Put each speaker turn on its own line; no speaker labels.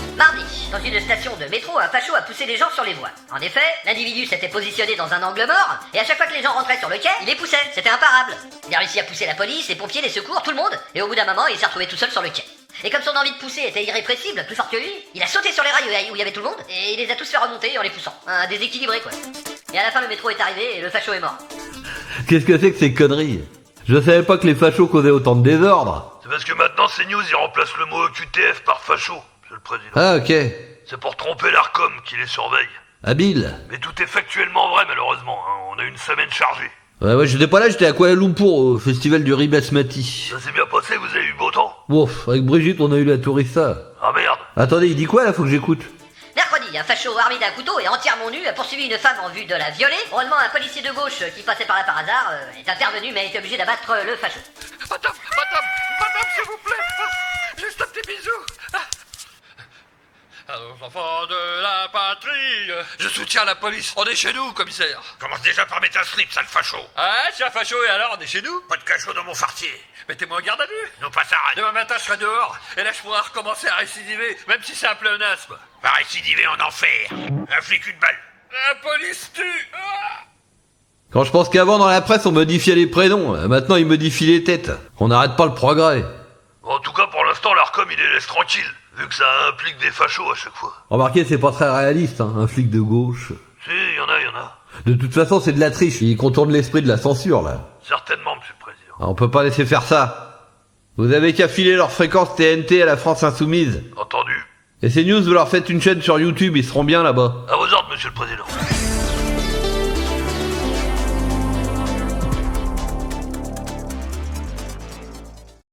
Belgique, dans une station de métro, un facho a poussé les gens sur les voies. En effet, l'individu s'était positionné dans un angle mort, et à chaque fois que les gens rentraient sur le quai, il les poussait. C'était imparable. Il a réussi à pousser la police, les pompiers, les secours, tout le monde, et au bout d'un moment, il s'est retrouvé tout seul sur le quai. Et comme son envie de pousser était irrépressible, plus fort que lui, il a sauté sur les rails où il y avait tout le monde, et il les a tous fait remonter en les poussant. Un déséquilibré, quoi. Et à la fin, le métro est arrivé, et le facho est mort.
Qu'est-ce que c'est que ces conneries Je savais pas que les fachos causaient autant de désordre.
C'est parce que maintenant CNews il remplace le mot QTF par facho, monsieur le président.
Ah ok,
C'est pour tromper l'ARCOM qui les surveille.
habile.
Mais tout est factuellement vrai malheureusement, hein. on a une semaine chargée.
Ouais ouais, j'étais pas là, j'étais à Kuala Lumpur au festival du Ribasmati.
Ça s'est bien passé, vous avez eu beau temps
Ouf, avec Brigitte on a eu la tourista.
Ah merde
Attendez, il dit quoi là Faut que j'écoute.
Mercredi, un facho armé d'un couteau et entièrement nu a poursuivi une femme en vue de la violer. Heureusement, un policier de gauche qui passait par là par hasard euh, est intervenu mais a été obligé d'abattre euh, le facho.
Madame, madame, madame, s'il vous plaît. Ah, Juste un petit bisou. Ah. Ah, aux enfants de la patrie, euh, je soutiens la police. On est chez nous, commissaire.
Commence déjà par mettre un slip, sale facho
Ah, tiens, facho, et alors, on est chez nous
Pas de cachot dans mon fartier
Mettez-moi en garde à vue.
Non pas ça,
Demain matin, je serai dehors, et là, je pourrai recommencer à récidiver, même si c'est un pléonasme.
Va récidiver en enfer Un flic une balle
La police tue Ah
Quand je pense qu'avant dans la presse on modifiait les prénoms, euh, maintenant ils modifient les têtes. On n'arrête pas le progrès.
En tout cas pour l'instant l'ARCOM il les laisse tranquilles, vu que ça implique des fachos à chaque fois.
Remarquez, c'est pas très réaliste, hein, un flic de gauche.
Si, y en a, y en a.
De toute façon, c'est de la triche, il contourne l'esprit de la censure là.
Certainement, monsieur le président.
Ah, On peut pas laisser faire ça. Vous avez qu'à filer leur fréquence TNT à la France insoumise.
Entendu.
Et ces news, vous leur faites une chaîne sur YouTube, ils seront bien là-bas.
À vos ordres, monsieur le président.